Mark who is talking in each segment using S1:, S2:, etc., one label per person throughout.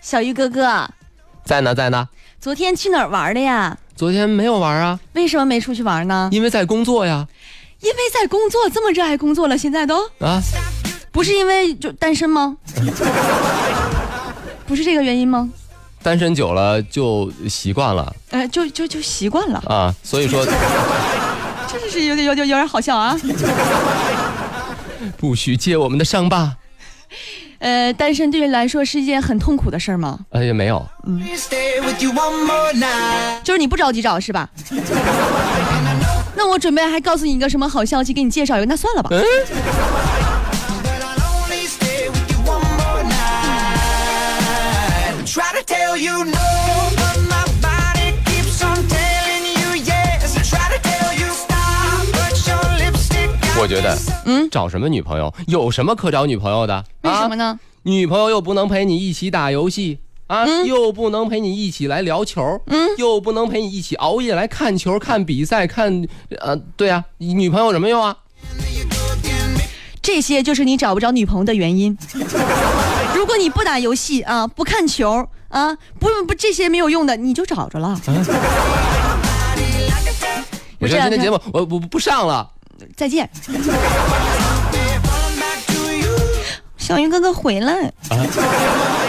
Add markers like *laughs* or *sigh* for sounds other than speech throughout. S1: 小鱼哥哥，
S2: 在呢，在呢。
S1: 昨天去哪儿玩的呀？
S2: 昨天没有玩啊，
S1: 为什么没出去玩呢？
S2: 因为在工作呀。
S1: 因为在工作，这么热爱工作了，现在都
S2: 啊，
S1: 不是因为就单身吗？ *laughs* 不是这个原因吗？
S2: 单身久了就习惯了
S1: 哎，就就就习惯了，
S2: 啊，所以说
S1: 真的是有点有点有点好笑啊。
S2: 不许揭我们的伤疤。
S1: 呃，单身对于来说是一件很痛苦的事儿吗？
S2: 哎呀，没有，
S3: Stay with you one more night.
S1: 就是你不着急找是 *laughs* 吧？那我准备还告诉你一个什么好消息，给你介绍一个，那算了吧。
S2: 嗯，
S3: But I'll only stay with you one more night. Try to tell you no, but my body keeps on telling you yes. Try to tell you stop, but your lipstick. got
S2: 我觉得
S3: me so-，
S2: 嗯，找什么女朋友？有什么可找女朋友的？
S1: 为什么
S2: 啊？
S1: 呢？
S2: 女朋友又不能陪你一起打游戏啊，又不能陪你一起来聊球，嗯，又不能陪你一起熬夜来看球、看比赛、看，呃，对啊，女朋友有什么用啊？
S1: 这些就是你找不着女朋友的原因。如果你不打游戏啊，不看球啊，不不这些没有用的，你就找着了。
S2: 我觉得今天节目我不不上了，
S1: 再见，小云哥哥回来。嗯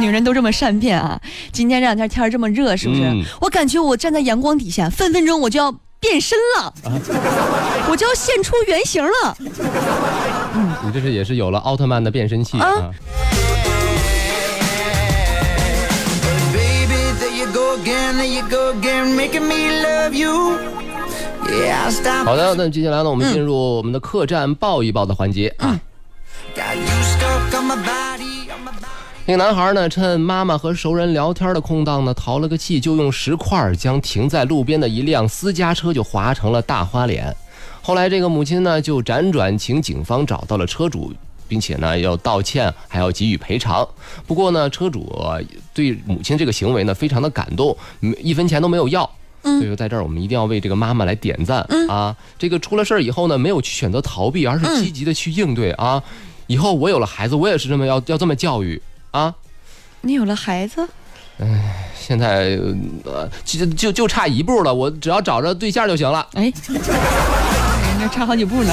S1: 女人都这么善变啊！今天这两天天儿这么热，是不是？
S2: 嗯
S1: 我感觉我站在阳光底下，分分钟我就要变身了，我就要现出原形了。
S2: 你这是也是有了奥特曼的变身器啊
S1: 啊。
S3: But baby, there you go again, there you go again, making me love you. Yeah, I stop.
S2: 好的，那接下来呢，我们进入我们的客栈抱一抱的环节啊。
S3: Got you stuck on my body, on my body.
S2: 那个男孩呢，趁妈妈和熟人聊天的空档呢，淘了个气，就用石块儿将停在路边的一辆私家车就划成了大花脸。后来这个母亲呢，就辗转请警方找到了车主，并且呢要道歉，还要给予赔偿。不过呢，车主呃对母亲这个行为呢，非常的感动，嗯一分钱都没有要。所以说，在这儿我们一定要为这个妈妈来点赞、啊！这个出了事儿以后呢，没有去选择逃避，而是积极的去应对啊！以后我有了孩子，我也是这么要要这么教育啊！
S1: 你有了孩子，
S2: 现在呃，就就就差一步了，我只要找着对象就行了。
S1: 哎，那差好几步呢。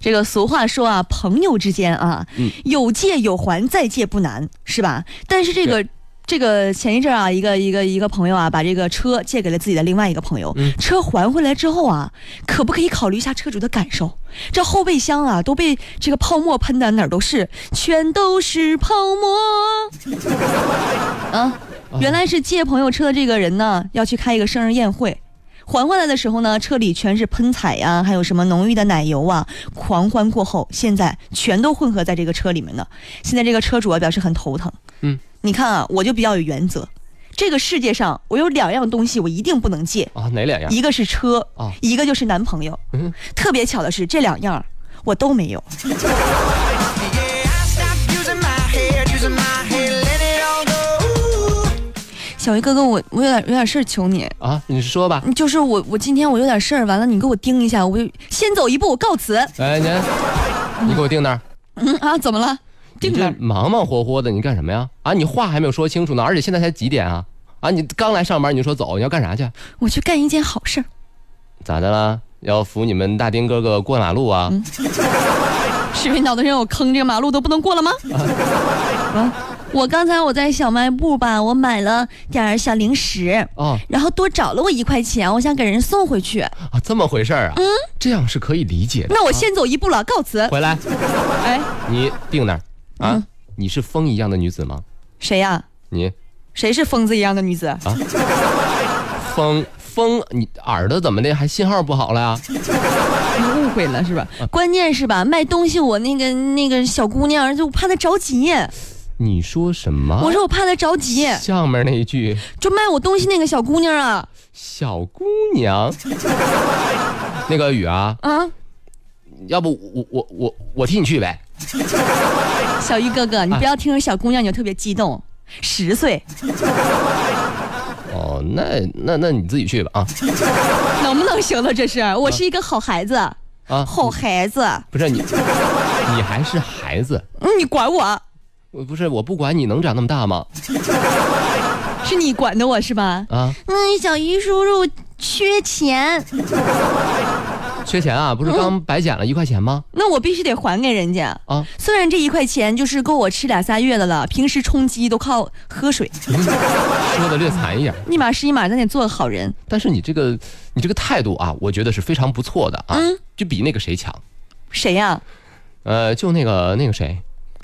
S1: 这个俗话说啊，朋友之间啊，有借有还，再借不难，是吧？但是这个。这个前一阵啊，一个一个一个朋友啊，把这个车借给了自己的另外一个朋友，车还回来之后啊，可不可以考虑一下车主的感受？这后备箱啊，都被这个泡沫喷的哪儿都是，全都是泡沫。啊，原来是借朋友车的这个人呢，要去开一个生日宴会，还回来的时候呢，车里全是喷彩呀、还有什么浓郁的奶油啊。狂欢过后，现在全都混合在这个车里面了。现在这个车主啊表示很头疼。
S2: 嗯，
S1: 你看啊，我就比较有原则。这个世界上，我有两样东西我一定不能借，
S2: 啊，哪两样？
S1: 一个是车，
S2: 啊
S1: 一个就是男朋友。
S2: 嗯
S1: 特别巧的是，这两样儿我都没有。
S3: Yeah, I stopped using my head, using my head, let it all go.
S1: 小鱼哥哥，我我有点有点事儿求你，
S2: 啊，你说吧。
S1: 就是我我今天我有点事儿，完了你给我盯一下，我就先走一步，我告辞。
S2: 哎，您，你给我定那儿。
S1: 嗯啊，怎么了？
S2: 你
S1: 定
S2: 这
S1: 了。
S2: 忙忙活活的，你干什么呀？啊，你话还没有说清楚呢，而且现在才几点啊？啊，你刚来上班你就说走，你要干啥去？
S1: 我去干一件好事儿。
S2: 咋的啦？要扶你们大丁哥哥过马路啊？
S1: 视频导的人有坑，这个马路都不能过了吗？啊，我刚才我在小卖部吧，我买了点儿小零食，
S2: 哦
S1: 然后多找了我一块钱，我想给人送回去。
S2: 啊，这么回事儿啊？这样是可以理解的。
S1: 那我先走一步了，告辞。
S2: 回来，
S1: 哎，
S2: 你定那儿啊？你是风一样的女子吗？
S1: 谁呀、
S2: 你
S1: 谁是疯子一样的女子？
S2: 风风，你耳朵怎么的还信号不好了呀？
S1: 你哎误会了是吧？啊关键是吧，卖东西我那个那个小姑娘，就我怕她着急。
S2: 你说什么？
S1: 我说我哎怕她着急，
S2: 上面那一句
S1: 就卖我东西那个小姑娘啊
S2: 小姑娘， *laughs* 那个雨啊，
S1: 啊！
S2: 要不我我我我替你去呗？
S1: 小鱼哥哥，你不要听着小姑娘你就特别激动，十岁
S2: 哦，那那那你自己去吧啊
S1: 能不能行了？这是我是一个好孩子。
S2: 啊！
S1: 好孩子，
S2: 不是你，你还是孩子，
S1: 嗯你管我？
S2: 我不是，我不管你能长那么大吗？
S1: 是你管的我是吧？
S2: 啊，
S1: 嗯，小鱼叔叔缺钱，
S2: 缺钱啊？不是刚白捡了一块钱吗？
S1: 那我必须得还给人家。
S2: 啊，
S1: 虽然这一块钱就是够我吃俩仨月的了，平时充饥都靠喝水。
S2: 说的略惨一点，
S1: 一码是一码，咱得做个好人。
S2: 但是你这个你这个态度啊，我觉得是非常不错的啊，
S1: 嗯
S2: 就比那个谁强。
S1: 谁呀、
S2: 呃，就那个那个谁，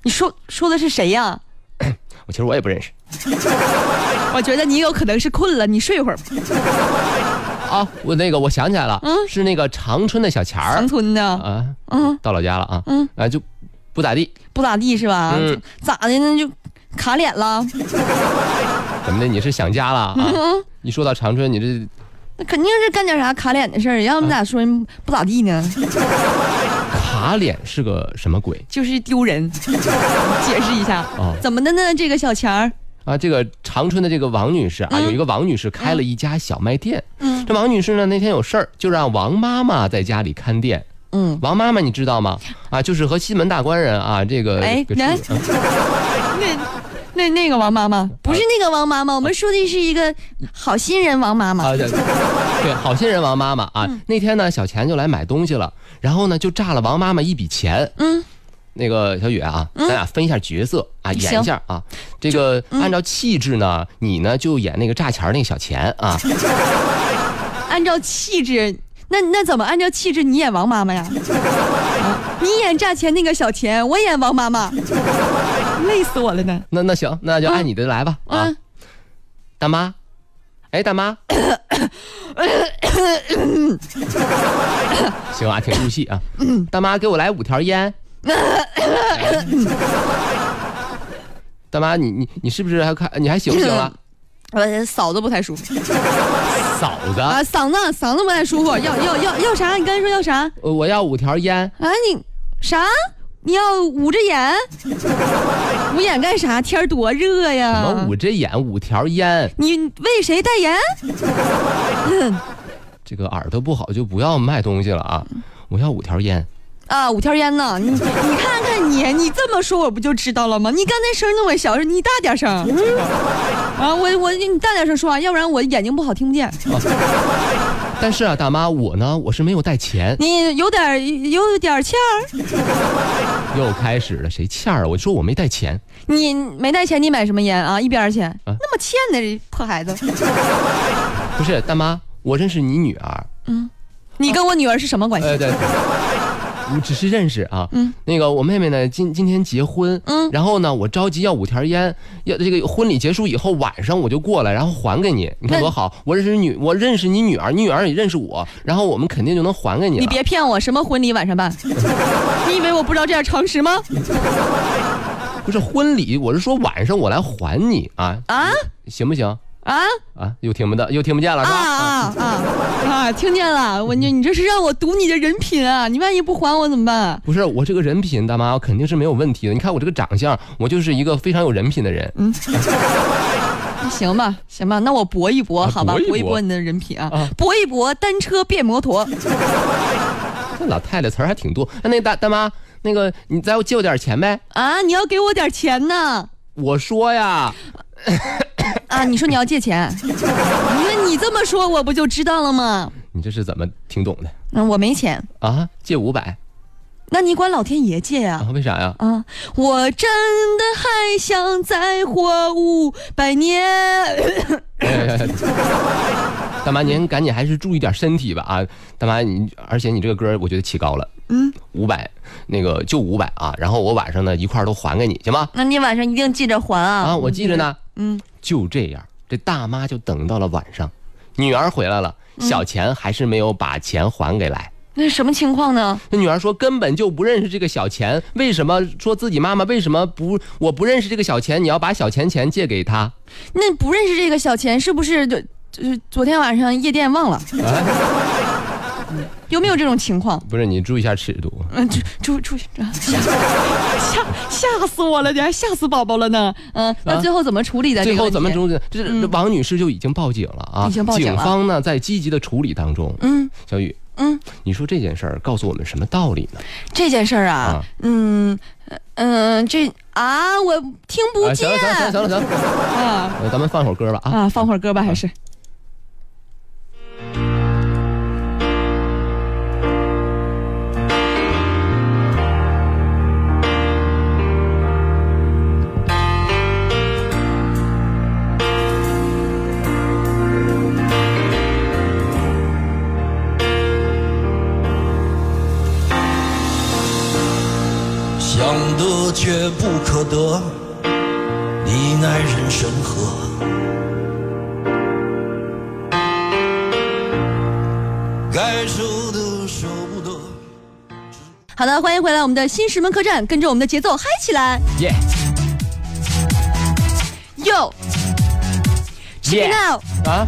S1: 你说说的是谁呀、
S2: 我其实我也不认识
S1: 我觉得你有可能是困了，你睡会儿吧。
S2: 啊。我那个我想起来了，是那个长春的小钱儿
S1: 嗯长春的
S2: 啊，嗯，到老家了啊，嗯，啊就不咋地，
S1: 不咋地是吧？
S2: 嗯
S1: 咋的呢？就卡脸了？
S2: 怎么的？你是想家了啊？
S1: 嗯
S2: 一说到长春，你这
S1: *laughs* 那肯定是干点啥卡脸的事儿，要不咋说人不咋地呢？
S2: 卡脸是个什么鬼
S1: 就是丢 *laughs* 人。解释一下，
S2: 哦
S1: 怎么的呢？这个小钱儿，
S2: 啊？这个长春的这个王女士啊，有一个王女士开了一家小卖店，
S1: 嗯
S2: 这王女士呢那天有事儿，就让王妈妈在家里看店。
S1: 嗯，
S2: 王妈妈，你知道吗？啊，就是和西门大官人啊，这个
S1: 哎
S2: 给
S1: 来
S2: 出
S1: 那那那个王妈妈不是那个王妈妈，我们说的是一个好心人王妈妈。
S2: 啊，对，对，好心人王妈妈啊。
S1: 嗯
S2: 那天呢，小钱就来买东西了，然后呢就炸了王妈妈一笔钱。
S1: 嗯，
S2: 那个小雨啊，咱俩分一下角色啊，
S1: 行嗯
S2: 演一下啊。这个按照气质呢，你呢就演那个炸钱儿那个小钱
S1: *laughs*
S2: 啊。
S1: 按照气质，那那怎么按照气质你演王妈妈呀？ *laughs* 啊你演炸钱那个小钱，我演王妈妈， *laughs* 累死我了呢。
S2: 那那行，那就按你的来吧啊
S1: 嗯。
S2: 大妈，哎，大妈。行啊，挺入戏啊。大妈，给我来五条烟。大妈，你你你是不是还看？你还行不行了？
S1: 我嗓呃子不太舒服
S2: 嫂子，
S1: 啊，嗓子嗓子不太舒服，要要要要啥？你刚才说要啥？啊，
S2: 呃我要五条烟。
S1: 哎你啥？你要捂着
S2: *laughs*
S1: 眼？捂眼干啥？天儿多热
S2: 什
S1: 呀！
S2: 么捂着眼五条烟？
S1: 你为谁代言？ *laughs*
S2: 这个耳朵不好就不要卖东西了啊！我要五条烟。
S1: 啊，五条烟呢？你你看看你，你这么说我不就知道了吗？你刚才声那么小，你大点声。
S2: 嗯
S1: 啊，我我你大点声说话，要不然我眼睛不好听不见。
S2: 但是啊，大妈，我呢，我是没有带钱。
S1: 你有点儿有点儿欠儿，
S2: 又开始了，谁欠儿？我说我没带钱。
S1: 你没带钱，你买什么烟啊？一边儿去，那么欠的这破孩子。
S2: 不是，大妈，我认识你女儿。
S1: 你跟我女儿是什么关系？
S2: 呃，对，
S1: *laughs*
S2: 我只是认识啊。嗯，那个我妹妹呢，今今天结婚，
S1: 嗯
S2: 然后呢，我着急要五条烟，要这个婚礼结束以后晚上我就过来，然后还给你，你看
S1: 那
S2: 多好。我认识女，我认识你女儿，你女儿也认识我，然后我们肯定就能还给你了。啊
S1: 你别骗我，什么婚礼晚
S2: *laughs*
S1: 上办？你以为我不知道这点常识吗？
S2: 不是婚礼，我是说晚上我来还你啊，
S1: 啊
S2: 行不行？
S1: 啊
S2: 啊，又听不到，又听不见了
S1: 啊
S2: 是
S1: 啊
S2: 吧？
S1: 啊啊！听见了，我你你这是让我赌你的人品啊！你万一不还我怎么办啊？
S2: 不是我这个人品，大妈我肯定是没有问题的。你看我这个长相，我就是一个非常有人品的人。
S1: 那行吧，行吧，那我搏一搏，
S2: 啊
S1: 好吧，
S2: 搏一搏
S1: 搏一搏你的人品啊
S2: 啊，
S1: 搏一搏，单车变摩托。
S2: 这老太太词儿还挺多。哎那大大妈，那个你再借我点钱呗？
S1: 啊，你要给我点钱呢？
S2: 我说呀，
S1: 啊，你说你要借
S2: *laughs*
S1: 钱，你说你这么说我不就知道了吗？
S2: 你这是怎么听懂的
S1: 嗯，我没钱，
S2: 啊？借五百
S1: 那你管老天爷借呀、
S2: 啊？为啥呀？
S1: 啊，我真的还想再活五百年。
S2: 哎大妈，您赶紧还是注意点身体吧啊！大妈，你而且你这个歌儿我觉得起高了，嗯，五百那个就五百啊，然后我晚上呢一块儿都还给你，行吗？
S1: 那你晚上一定记着还啊！
S2: 啊，我记着呢。
S1: 嗯，
S2: 就这样，这大妈就等到了晚上，女儿回来了，
S1: 嗯
S2: 小钱还是没有把钱还给来。
S1: 那什么情况呢？
S2: 那女儿说根本就不认识这个小钱，为什么说自己妈妈为什么不我不认识这个小钱？你要把小钱钱借给她，
S1: 那不认识这个小钱是不是就就是昨天晚上夜店忘了？啊有没有这种情况？
S2: 不是你注意一下尺度。
S1: 嗯，出出出去，啊吓吓吓死我了！你还吓死宝宝了呢？嗯，那
S2: 啊
S1: 最后怎么处理的？
S2: 最后怎么
S1: 这个问嗯
S2: 终止？这是王女士就已经报警了啊！
S1: 已经报警了
S2: 方呢在积极的处理当中。
S1: 嗯，
S2: 小雨，
S1: 嗯，
S2: 你说这件事儿告诉我们什么道理呢？
S1: 啊题这件事儿啊
S2: 啊，
S1: 嗯嗯，这啊，我听不
S2: 啊，行
S1: 见
S2: 了行了行了行了行了，
S1: 啊
S2: 呃咱们放首歌吧啊。
S1: 啊，放会儿歌吧，还是
S4: 想得却不可得，你奈人生何？该舍的舍不得。
S1: 好的，欢迎回来我们的新石门客栈，跟着我们的节奏嗨起来
S2: 耶
S1: ，Yo。Check it out！
S2: 啊，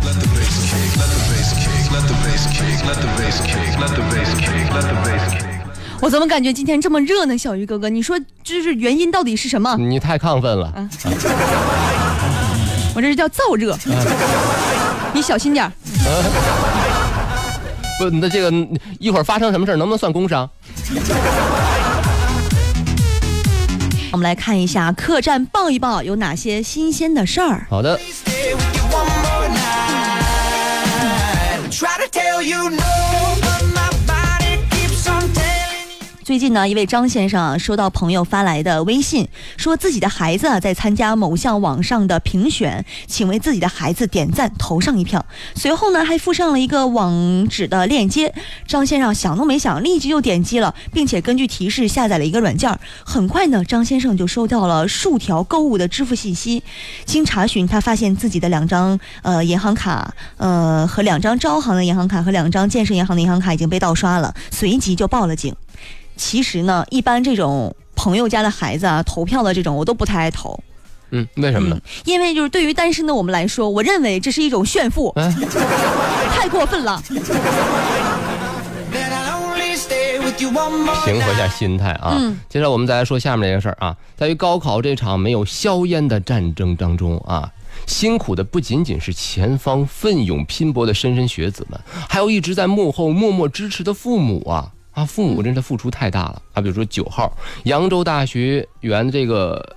S1: 我怎么感觉今天这么热呢？小鱼哥哥，你说就是原因到底是什么？
S2: 你太亢奋了。
S1: 我这是叫燥热， *laughs* 你小心点儿。
S2: 不，那这个一会儿发生什么事儿，能不能算工伤？
S1: 我们来看一下客栈报一报有哪些新鲜的事儿。
S2: 好的，
S3: Stay with you one more night. Try to tell you no, but my body keeps on telling you.
S1: 最近呢，一位张先生啊收到朋友发来的微信，说自己的孩子啊在参加某项网上的评选，请为自己的孩子点赞，投上一票。随后呢，还附上了一个网址的链接。张先生想都没想，立即就点击了，并且根据提示下载了一个软件儿。很快呢，张先生就收到了数条购物的支付信息。经查询，他发现自己的两张呃银行卡，呃和两张招行的银行卡和两张建设银行的银行卡已经被盗刷了，随即就报了警。其实呢，一般这种朋友家的孩子啊，投票的这种我都不太爱投。
S2: 嗯，为什么呢？
S1: 因为就是对于单身的我们来说，我认为这是一种炫富，
S2: 哎
S1: *laughs* 太过分了。
S3: That I'll only stay with you one more
S2: 平和
S3: night.
S2: 一下心态啊。接下来我们再来说下面这个事儿啊，在于高考这场没有硝烟的战争当中啊。辛苦的不仅仅是前方奋勇拼搏的莘莘学子们，还有一直在幕后默默支持的父母啊啊！父母真的付出太大了啊！比如说九号扬州大学原这个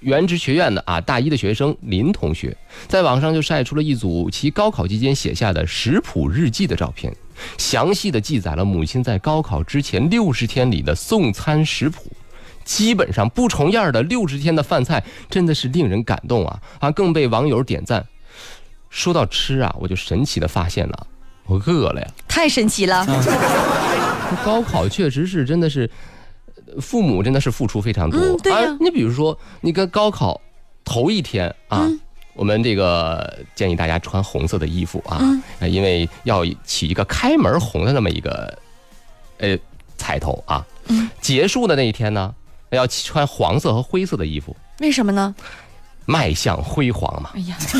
S2: 原职学院的啊大一的学生林同学，在网上就晒出了一组其高考期间写下的食谱日记的照片。详细的记载了母亲在高考之前六十天里的送餐食谱。基本上不重样的六十天的饭菜，真的是令人感动啊啊！更被网友点赞。说到吃啊，我就神奇的发现了，我饿了呀。
S1: 太神奇了，
S2: 啊高考确实是真的是，呃父母真的是付出非常多。
S1: 嗯对呀
S2: 而你比如说，你跟高考头一天啊。
S1: 嗯
S2: 我们这个建议大家穿红色的衣服啊，
S1: 嗯
S2: 呃因为要起一个开门红的那么一个，呃，彩头啊。
S1: 嗯
S2: 结束的那一天呢，要穿黄色和灰色的衣服，
S1: 为什么呢？
S2: 迈向辉煌嘛。
S1: 哎呀，
S2: *laughs*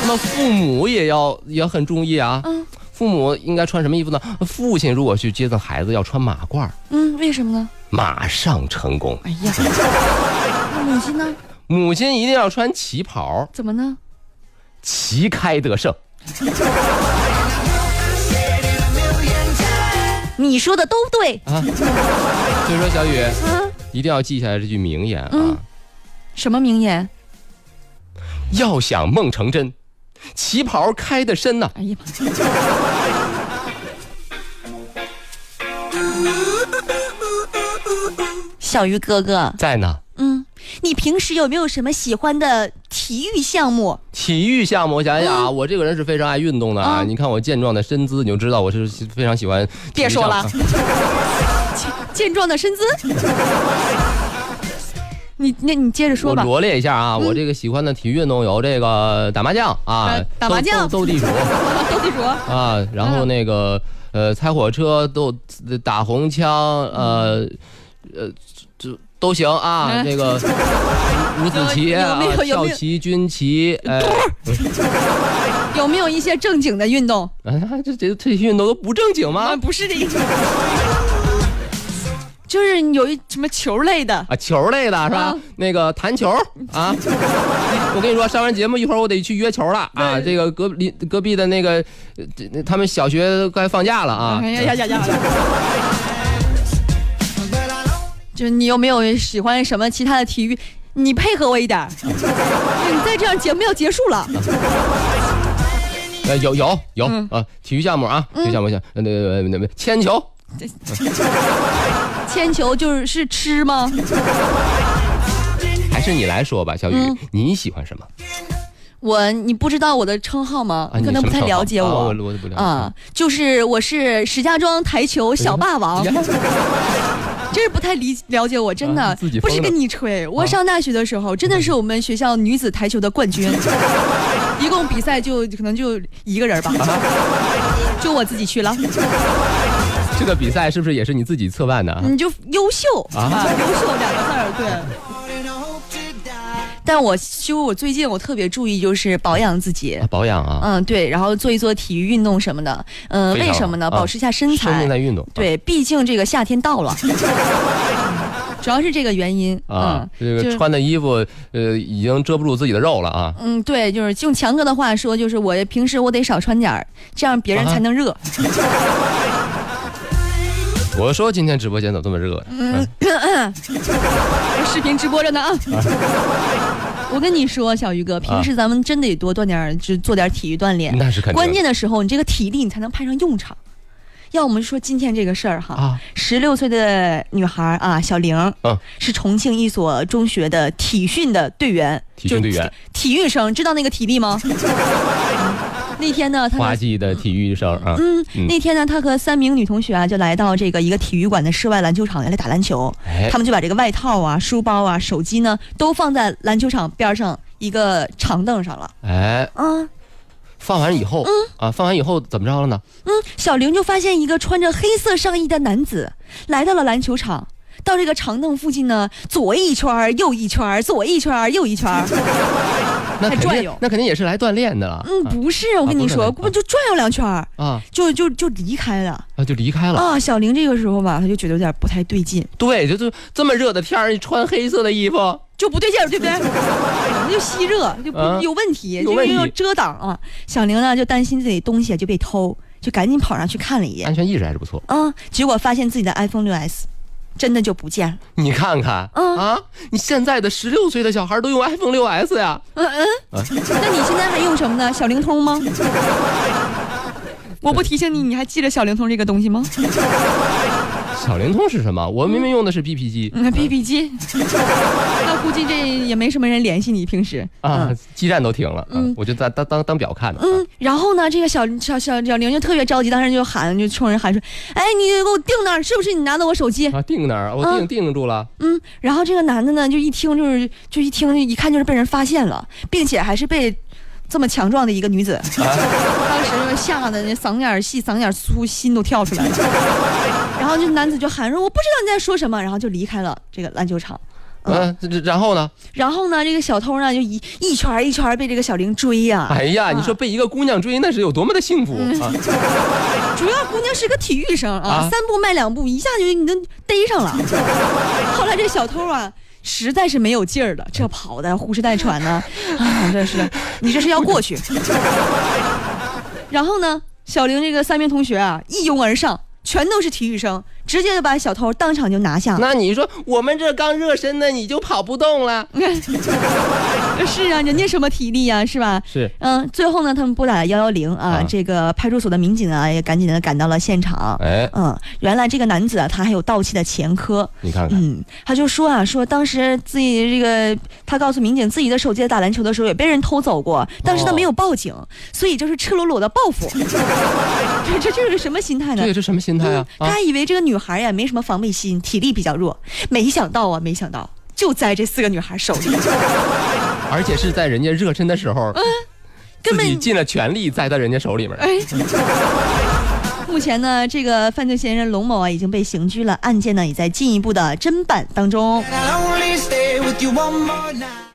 S2: 那么父母也要也很注意啊。
S1: 嗯
S2: 父母应该穿什么衣服呢？父亲如果去接送孩子，要穿马褂儿，
S1: 嗯，为什么呢？
S2: 马上成功。
S1: 哎呀，那母亲呢？
S2: 母亲一定要穿旗袍，
S1: 怎么呢？
S2: 旗开得胜。
S1: 你说的都对，
S2: 啊所以说，小雨
S1: 嗯，
S2: 一定要记下来这句名言啊！
S1: 嗯什么名言？
S2: 要想梦成真，旗袍开得深呐、
S1: 哎
S2: *laughs*
S1: 呀妈！小鱼哥哥，
S2: 在呢，
S1: 嗯，你平时有没有什么喜欢的体育项目？
S2: 体育项目，我想想啊，我这个人是非常爱运动的啊！
S1: 嗯
S2: 你看我健壮的身姿，你就知道我是非常喜欢。
S1: 别说
S2: *laughs*
S1: 了， *laughs* 健壮的身姿。你那你接着说
S2: 我
S1: 吧。
S2: 罗列一下啊，我这个喜欢的体育运动有这个打麻将啊
S1: 呃，打麻将
S2: 斗斗斗地主
S1: *laughs* 斗地主，
S2: 啊，然后
S1: 嗯
S2: 那个呃，猜火车、斗打红枪，呃呃，这都行啊。
S1: 哎
S2: 那个五子棋
S1: 有
S2: 啊
S1: 没有有没，有
S2: 跳棋、军棋，哎，
S1: 有没有一些正经的运动？啊
S2: 啊这这这些运动都不正经吗？
S1: 不是这意思，就是有一什么球类的，
S2: 啊，球类的是吧
S1: 嗯？
S2: 那个弹球
S1: *laughs*
S2: 啊，我跟你说，上完节目一会儿我得去约球了啊。这个隔壁隔壁的那个，呃这这他们小啊
S1: 啊哎
S2: 学该放假了啊
S1: 哎。呀呀呀呀！就是你有没有喜欢什么其他的体育？你配合我一点儿，你再这样节目要结束了。
S2: 呃，有有有、
S1: 嗯
S2: 啊，体育项目啊，体育项目项，呃那个那个铅球，
S1: 铅球就是是吃吗？
S2: 还是你来说吧，小雨，
S1: 嗯
S2: 你喜欢什么？
S1: 我你不知道我的称号吗？
S2: 啊
S1: 你可能
S2: 你
S1: 不
S2: 什
S1: 太
S2: 么
S1: 了解
S2: 称号
S1: 我。
S2: 啊我我都不了解
S1: 啊，就是我是石家庄台球小霸
S2: *laughs*
S1: 王，真是不太理了解我，真的、
S2: 啊自己
S1: 不是
S2: 疯了啊
S1: 跟你吹。我上大学的时候，真的是我们学校女子台球的冠军， *laughs* 一共比赛就可能就一个人吧，
S2: 啊
S1: *laughs* 就我自己去了。
S2: 这个比赛是不是也是你自己策办的啊？
S1: 你就优秀
S2: 啊
S1: 啊，优秀两个字儿，对。但我其实我最近我特别注意就是保养自己
S2: 啊，保养啊，
S1: 嗯，对，然后做一做体育运动什么的，嗯、
S2: 非常
S1: 为什么呢？
S2: 啊
S1: 保持一下身
S2: 生
S1: 材
S2: 命，在运动。啊
S1: 对，毕竟这个夏天到了， *laughs* 主要是这个原因，
S2: 啊，这
S1: 嗯，就
S2: 个
S1: 是。
S2: 穿的衣服，呃，已经遮不住自己的肉了啊。
S1: 嗯，对，就是用强哥的话说，就是我平时我得少穿点儿，这样别人
S2: 啊
S1: 才能热。
S2: *laughs* 我说今天直播间怎么这么热？嗯，
S1: 视频直播着呢啊！我跟你说，小鱼哥，平时咱们真得多锻炼儿，就做点体育锻炼。
S2: 那是啊嗯肯定的
S1: 关键的时候，你这个体力你才能派上用场。要我们说今天这个事儿哈
S2: 啊，
S1: 十六、岁的女孩儿啊，小玲，
S2: 嗯
S1: 是重庆一所中学的体训的队员，
S2: 体训队员
S1: 就体育生，知道那个体力
S2: *laughs*
S1: 吗？嗯那天呢，她
S2: 花
S1: 和
S2: 季的体育生啊，嗯
S1: 嗯，那天呢，她和三名女同学啊，就来到这个一个体育馆的室外篮球场来打篮球。
S2: 哎
S1: 他，们就把这个外套啊、书包啊、手机呢，都放在篮球场边上一个长凳上了。
S2: 哎，
S1: 啊，
S2: 放完以后，
S1: 嗯
S2: 啊，放完以后怎么着了呢？
S1: 小玲就发现一个穿着黑色上衣的男子来到了篮球场。到这个长凳附近呢，左一圈儿右一圈儿，左一圈儿右一圈
S2: *laughs* 啊
S1: 儿。
S2: 那肯
S1: 转
S2: 定
S1: 悠，
S2: 那肯定也是来锻炼的了。
S1: 嗯，不是，我跟你说，
S2: 啊
S1: 不
S2: 不是
S1: 就转悠两圈儿，
S2: 啊
S1: 就就就离开了。
S2: 啊，就离开了。
S1: 啊，小玲这个时候吧，她就觉得有点不太对劲，
S2: 对，就就这么热的天儿，你穿黑色的衣服，
S1: 就不对劲儿，
S2: *laughs*
S1: 对不对？她就吸热，就不、
S2: 啊
S1: 有问题，
S2: 有
S1: 这
S2: 问
S1: 个
S2: 题
S1: 要遮挡啊。小玲呢就担心自己东西啊就被偷，就赶紧跑上去看了一眼
S2: 安，全意识还是不错。
S1: 啊、结果发现自己的 iPhone 六 S 真的就不见了。
S2: 你看看
S1: 嗯
S2: 啊，你现在的十六岁的小孩都用 iPhone 六 S 呀？
S1: 嗯嗯，那你现在还用什么呢？小灵通吗？我不提醒你，你还记着小灵通这个东西吗？
S2: 小灵通是什么？我明明用的是 BP 机
S1: 嗯，BB 机，那估计这也没什么人联系你平时。
S2: 啊
S1: 嗯，
S2: 基站都停了，
S1: 嗯
S2: 嗯，我就当当当当表看的。
S1: 嗯，然后呢，这个小小小小玲就特别着急，当时就喊，就冲人喊说：“哎，你给我定那儿，是不是你拿的我手机
S2: 啊，定那儿，我定定住了。？”
S1: 嗯，然后这个男的呢，就一听就是，就一听一看就是被人发现了，并且还是被这么强壮的一个女子当时吓得那嗓眼儿细、嗓眼儿粗，心都跳出来了。 *laughs* 然后这男子就喊说：“我不知道你在说什么。”然后就离开了这个篮球场。
S2: 嗯，这这然后呢？
S1: 然后呢，这个小偷呢就一一圈儿一圈儿被这个小玲追啊呀、
S2: 哎呀，你说被一个姑娘追，那是有多么的幸福
S1: 嗯
S2: 啊！
S1: 主要姑娘是个体育生啊，
S2: 啊
S1: 三步迈两步，一下就你都逮上了。 *laughs* 后来这小偷啊。实在是没有劲儿了，这跑的呼哧带喘呢，啊，这是你这是要过去。 *laughs* 然后呢，小玲这个三名同学啊，一拥而上，全都是体育生，直接就把小偷当场就拿下了。
S2: *laughs* 那你说我们这刚热身呢，你就跑不动了？
S1: 是啊，人家什么体力呀、是吧？
S2: 是
S1: 嗯，最后呢，他们拨打了幺幺零啊
S2: 啊，
S1: 这个派出所的民警啊也赶紧的赶到了现场。
S2: 哎，
S1: 嗯，原来这个男子啊，他还有盗窃的前科。
S2: 你看看，
S1: 嗯，他就说啊，说当时自己这个，他告诉民警自己的手机在打篮球的时候也被人偷走过，但是他没有报警，
S2: 哦
S1: 所以就是赤裸裸的报
S2: *laughs*
S1: 复。这这这是什么心态呢？嗯
S2: 对，这什么心态啊？
S1: 他
S2: 啊，
S1: 还以为这个女孩呀没什么防备心，体力比较弱，没想到啊，没想到就在这四个女孩手里，
S2: *laughs* 啊而且是在人家热身的时候，
S1: 根
S2: 自己
S1: 本
S2: 尽了全力栽到人家手里面。
S1: 哎。 *laughs* 目前呢，这个犯罪嫌疑人龙某啊已经被刑拘了，案件呢也在进一步的侦办当中。
S3: I'll only stay with you one more night.